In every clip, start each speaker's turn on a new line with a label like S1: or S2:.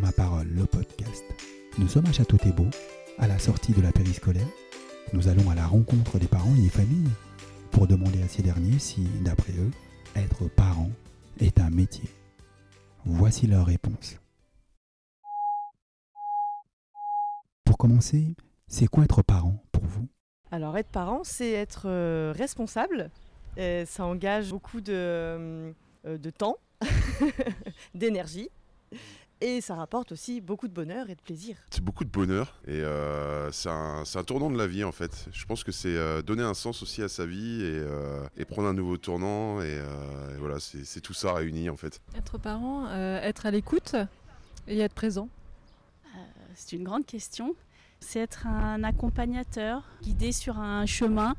S1: ma parole, le podcast. Nous sommes à Château-Thébault, à la sortie de la périscolaire. Nous allons à la rencontre des parents et des familles pour demander à ces derniers si, d'après eux, être parent est un métier. Voici leur réponse. Pour commencer, c'est quoi être parent pour vous
S2: Alors être parent, c'est être euh, responsable. Et ça engage beaucoup de, euh, de temps, d'énergie. Et ça rapporte aussi beaucoup de bonheur et de plaisir.
S3: C'est beaucoup de bonheur et euh, c'est un, c'est un tournant de la vie en fait. Je pense que c'est euh, donner un sens aussi à sa vie et, euh, et prendre un nouveau tournant et, euh, et voilà, c'est c'est tout ça réuni en fait.
S4: Être parent, euh, être à l'écoute et être présent.
S5: C'est une grande question. C'est être un accompagnateur, guidé sur un chemin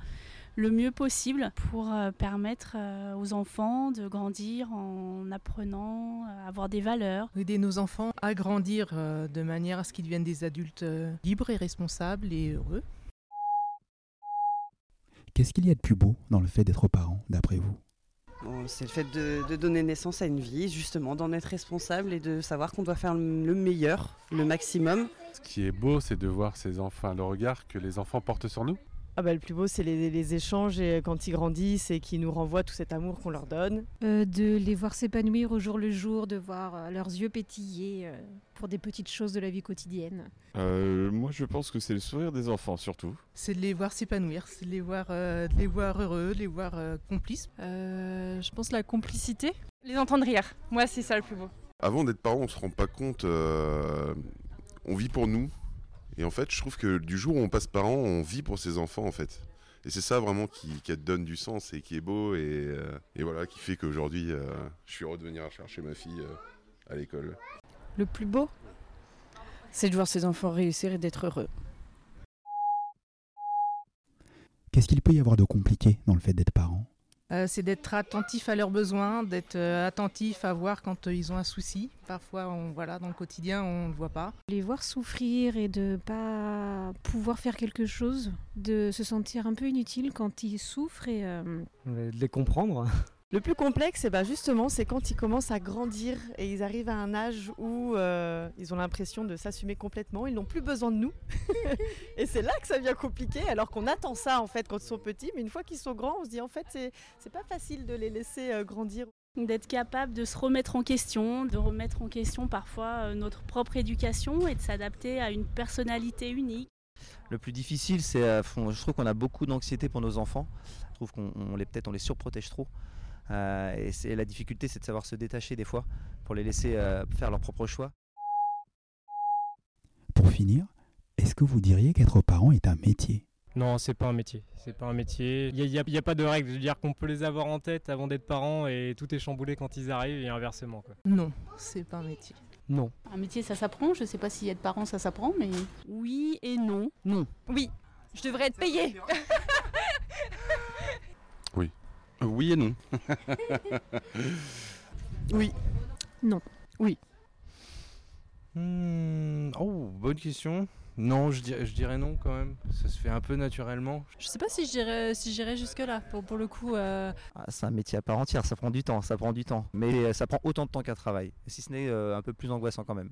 S5: le mieux possible pour euh, permettre euh, aux enfants de grandir en apprenant, euh, à avoir des valeurs.
S6: Aider nos enfants à grandir euh, de manière à ce qu'ils deviennent des adultes euh, libres et responsables et heureux.
S1: Qu'est-ce qu'il y a de plus beau dans le fait d'être parent, d'après vous
S7: Bon, C'est le fait de, de donner naissance à une vie, justement, d'en être responsable et de savoir qu'on doit faire le le meilleur, le maximum.
S8: Ce qui est beau, c'est de voir ces enfants, le regard que les enfants portent sur nous.
S2: Ah bah, le plus beau, c'est les, les échanges et quand ils grandissent et qu'ils nous renvoient tout cet amour qu'on leur donne.
S9: Euh, de les voir s'épanouir au jour le jour, de voir euh, leurs yeux pétiller euh, pour des petites choses de la vie quotidienne.
S10: Euh, moi, je pense que c'est le sourire des enfants surtout.
S6: C'est de les voir s'épanouir, c'est de les voir, euh, de les voir heureux, de les voir euh, complices.
S4: Euh, je pense la complicité.
S11: Les entendre rire. Moi, c'est ça le plus beau.
S3: Avant d'être parent, on se rend pas compte, euh, on vit pour nous et en fait, je trouve que du jour où on passe parent, on vit pour ses enfants en fait. Et c'est ça vraiment qui, qui donne du sens et qui est beau et, euh, et voilà qui fait qu'aujourd'hui, euh, je suis heureux de venir chercher ma fille euh, à l'école.
S12: Le plus beau, c'est de voir ses enfants réussir et d'être heureux.
S1: Qu'est-ce qu'il peut y avoir de compliqué dans le fait d'être parent
S6: Euh, c'est d'être attentif à leurs besoins, d'être euh, attentif à voir quand euh, ils ont un souci. Parfois, on, voilà, dans le quotidien, on ne le voit pas.
S9: Les voir souffrir et de pas pouvoir faire quelque chose, de se sentir un peu inutile quand ils souffrent et euh,
S13: Euh, de les comprendre.
S2: Le plus complexe, eh ben, justement, c'est quand ils commencent à grandir et ils arrivent à un âge où euh, ils ont l'impression de s'assumer complètement, ils n'ont plus besoin de nous. et c'est là que ça devient compliqué, alors qu'on attend ça en fait quand ils sont petits, mais une fois qu'ils sont grands, on se dit en fait c'est c'est pas facile de les laisser euh, grandir.
S5: D'être capable de se remettre en question, de remettre en question parfois euh, notre propre éducation et de s'adapter à une personnalité unique.
S13: Le plus difficile, c'est. euh, fon- je trouve qu'on a beaucoup d'anxiété pour nos enfants. Je trouve qu'on on les peut-être on les surprotège trop. Euh, et c'est la difficulté, c'est de savoir se détacher des fois pour les laisser euh, faire leur propre choix.
S1: Pour finir, est-ce que vous diriez qu'être parent est un métier
S14: Non, c'est pas un métier. C'est pas un métier. Il n'y a, y a pas de règle. Je veux dire qu'on peut les avoir en tête avant d'être parents et tout est chamboulé quand ils arrivent et inversement. Quoi.
S6: Non, c'est pas un métier.
S13: Non.
S15: Un métier, ça s'apprend. Je sais pas si être parent, ça s'apprend, mais
S5: Oui et non.
S13: Non.
S11: Oui, je devrais être payée.
S10: Oui et non.
S13: oh, bonne question. Non, je dirais, je dirais non quand même. Ça se fait un peu naturellement.
S4: Je sais pas si j'irais si j'irais jusque là pour, pour le coup. euh,
S13: Ah, c'est un métier à part entière. Ça prend du temps. Ça prend du temps. Mais euh, ça prend autant de temps qu'un travail. Si ce n'est euh, un peu plus angoissant quand même.